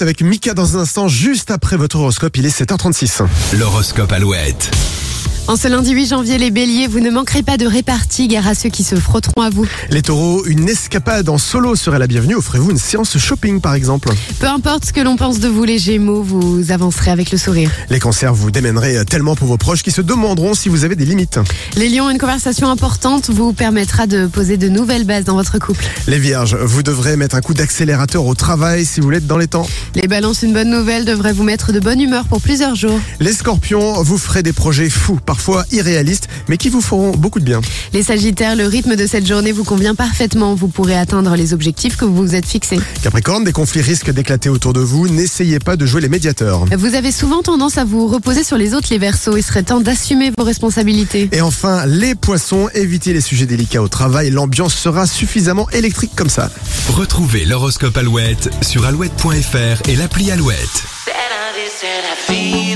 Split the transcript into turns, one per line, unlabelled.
Avec Mika dans un instant, juste après votre horoscope, il est 7h36.
L'horoscope Alouette.
En ce lundi 8 janvier, les béliers, vous ne manquerez pas de répartie, gare à ceux qui se frotteront à vous.
Les taureaux, une escapade en solo serait la bienvenue. Offrez-vous une séance shopping par exemple.
Peu importe ce que l'on pense de vous, les gémeaux, vous avancerez avec le sourire.
Les cancers, vous démènerez tellement pour vos proches qui se demanderont si vous avez des limites.
Les lions, une conversation importante vous permettra de poser de nouvelles bases dans votre couple.
Les vierges, vous devrez mettre un coup d'accélérateur au travail si vous voulez être dans les temps.
Les balances, une bonne nouvelle devrait vous mettre de bonne humeur pour plusieurs jours.
Les scorpions, vous ferez des projets fous, parfois irréalistes, mais qui vous feront beaucoup de bien.
Les sagittaires, le rythme de cette journée vous convient parfaitement, vous pourrez atteindre les objectifs que vous vous êtes fixés.
Capricorne, des conflits risquent d'éclater autour de vous. N'essayez pas de jouer les médiateurs.
Vous avez souvent tendance à vous reposer sur les autres, les versos, il serait temps d'assumer vos responsabilités.
Et enfin, les poissons, évitez les sujets délicats au travail. L'ambiance sera suffisamment électrique comme ça.
Retrouvez l'horoscope Alouette sur alouette.fr et l'appli Alouette.
that I deserve. I feel.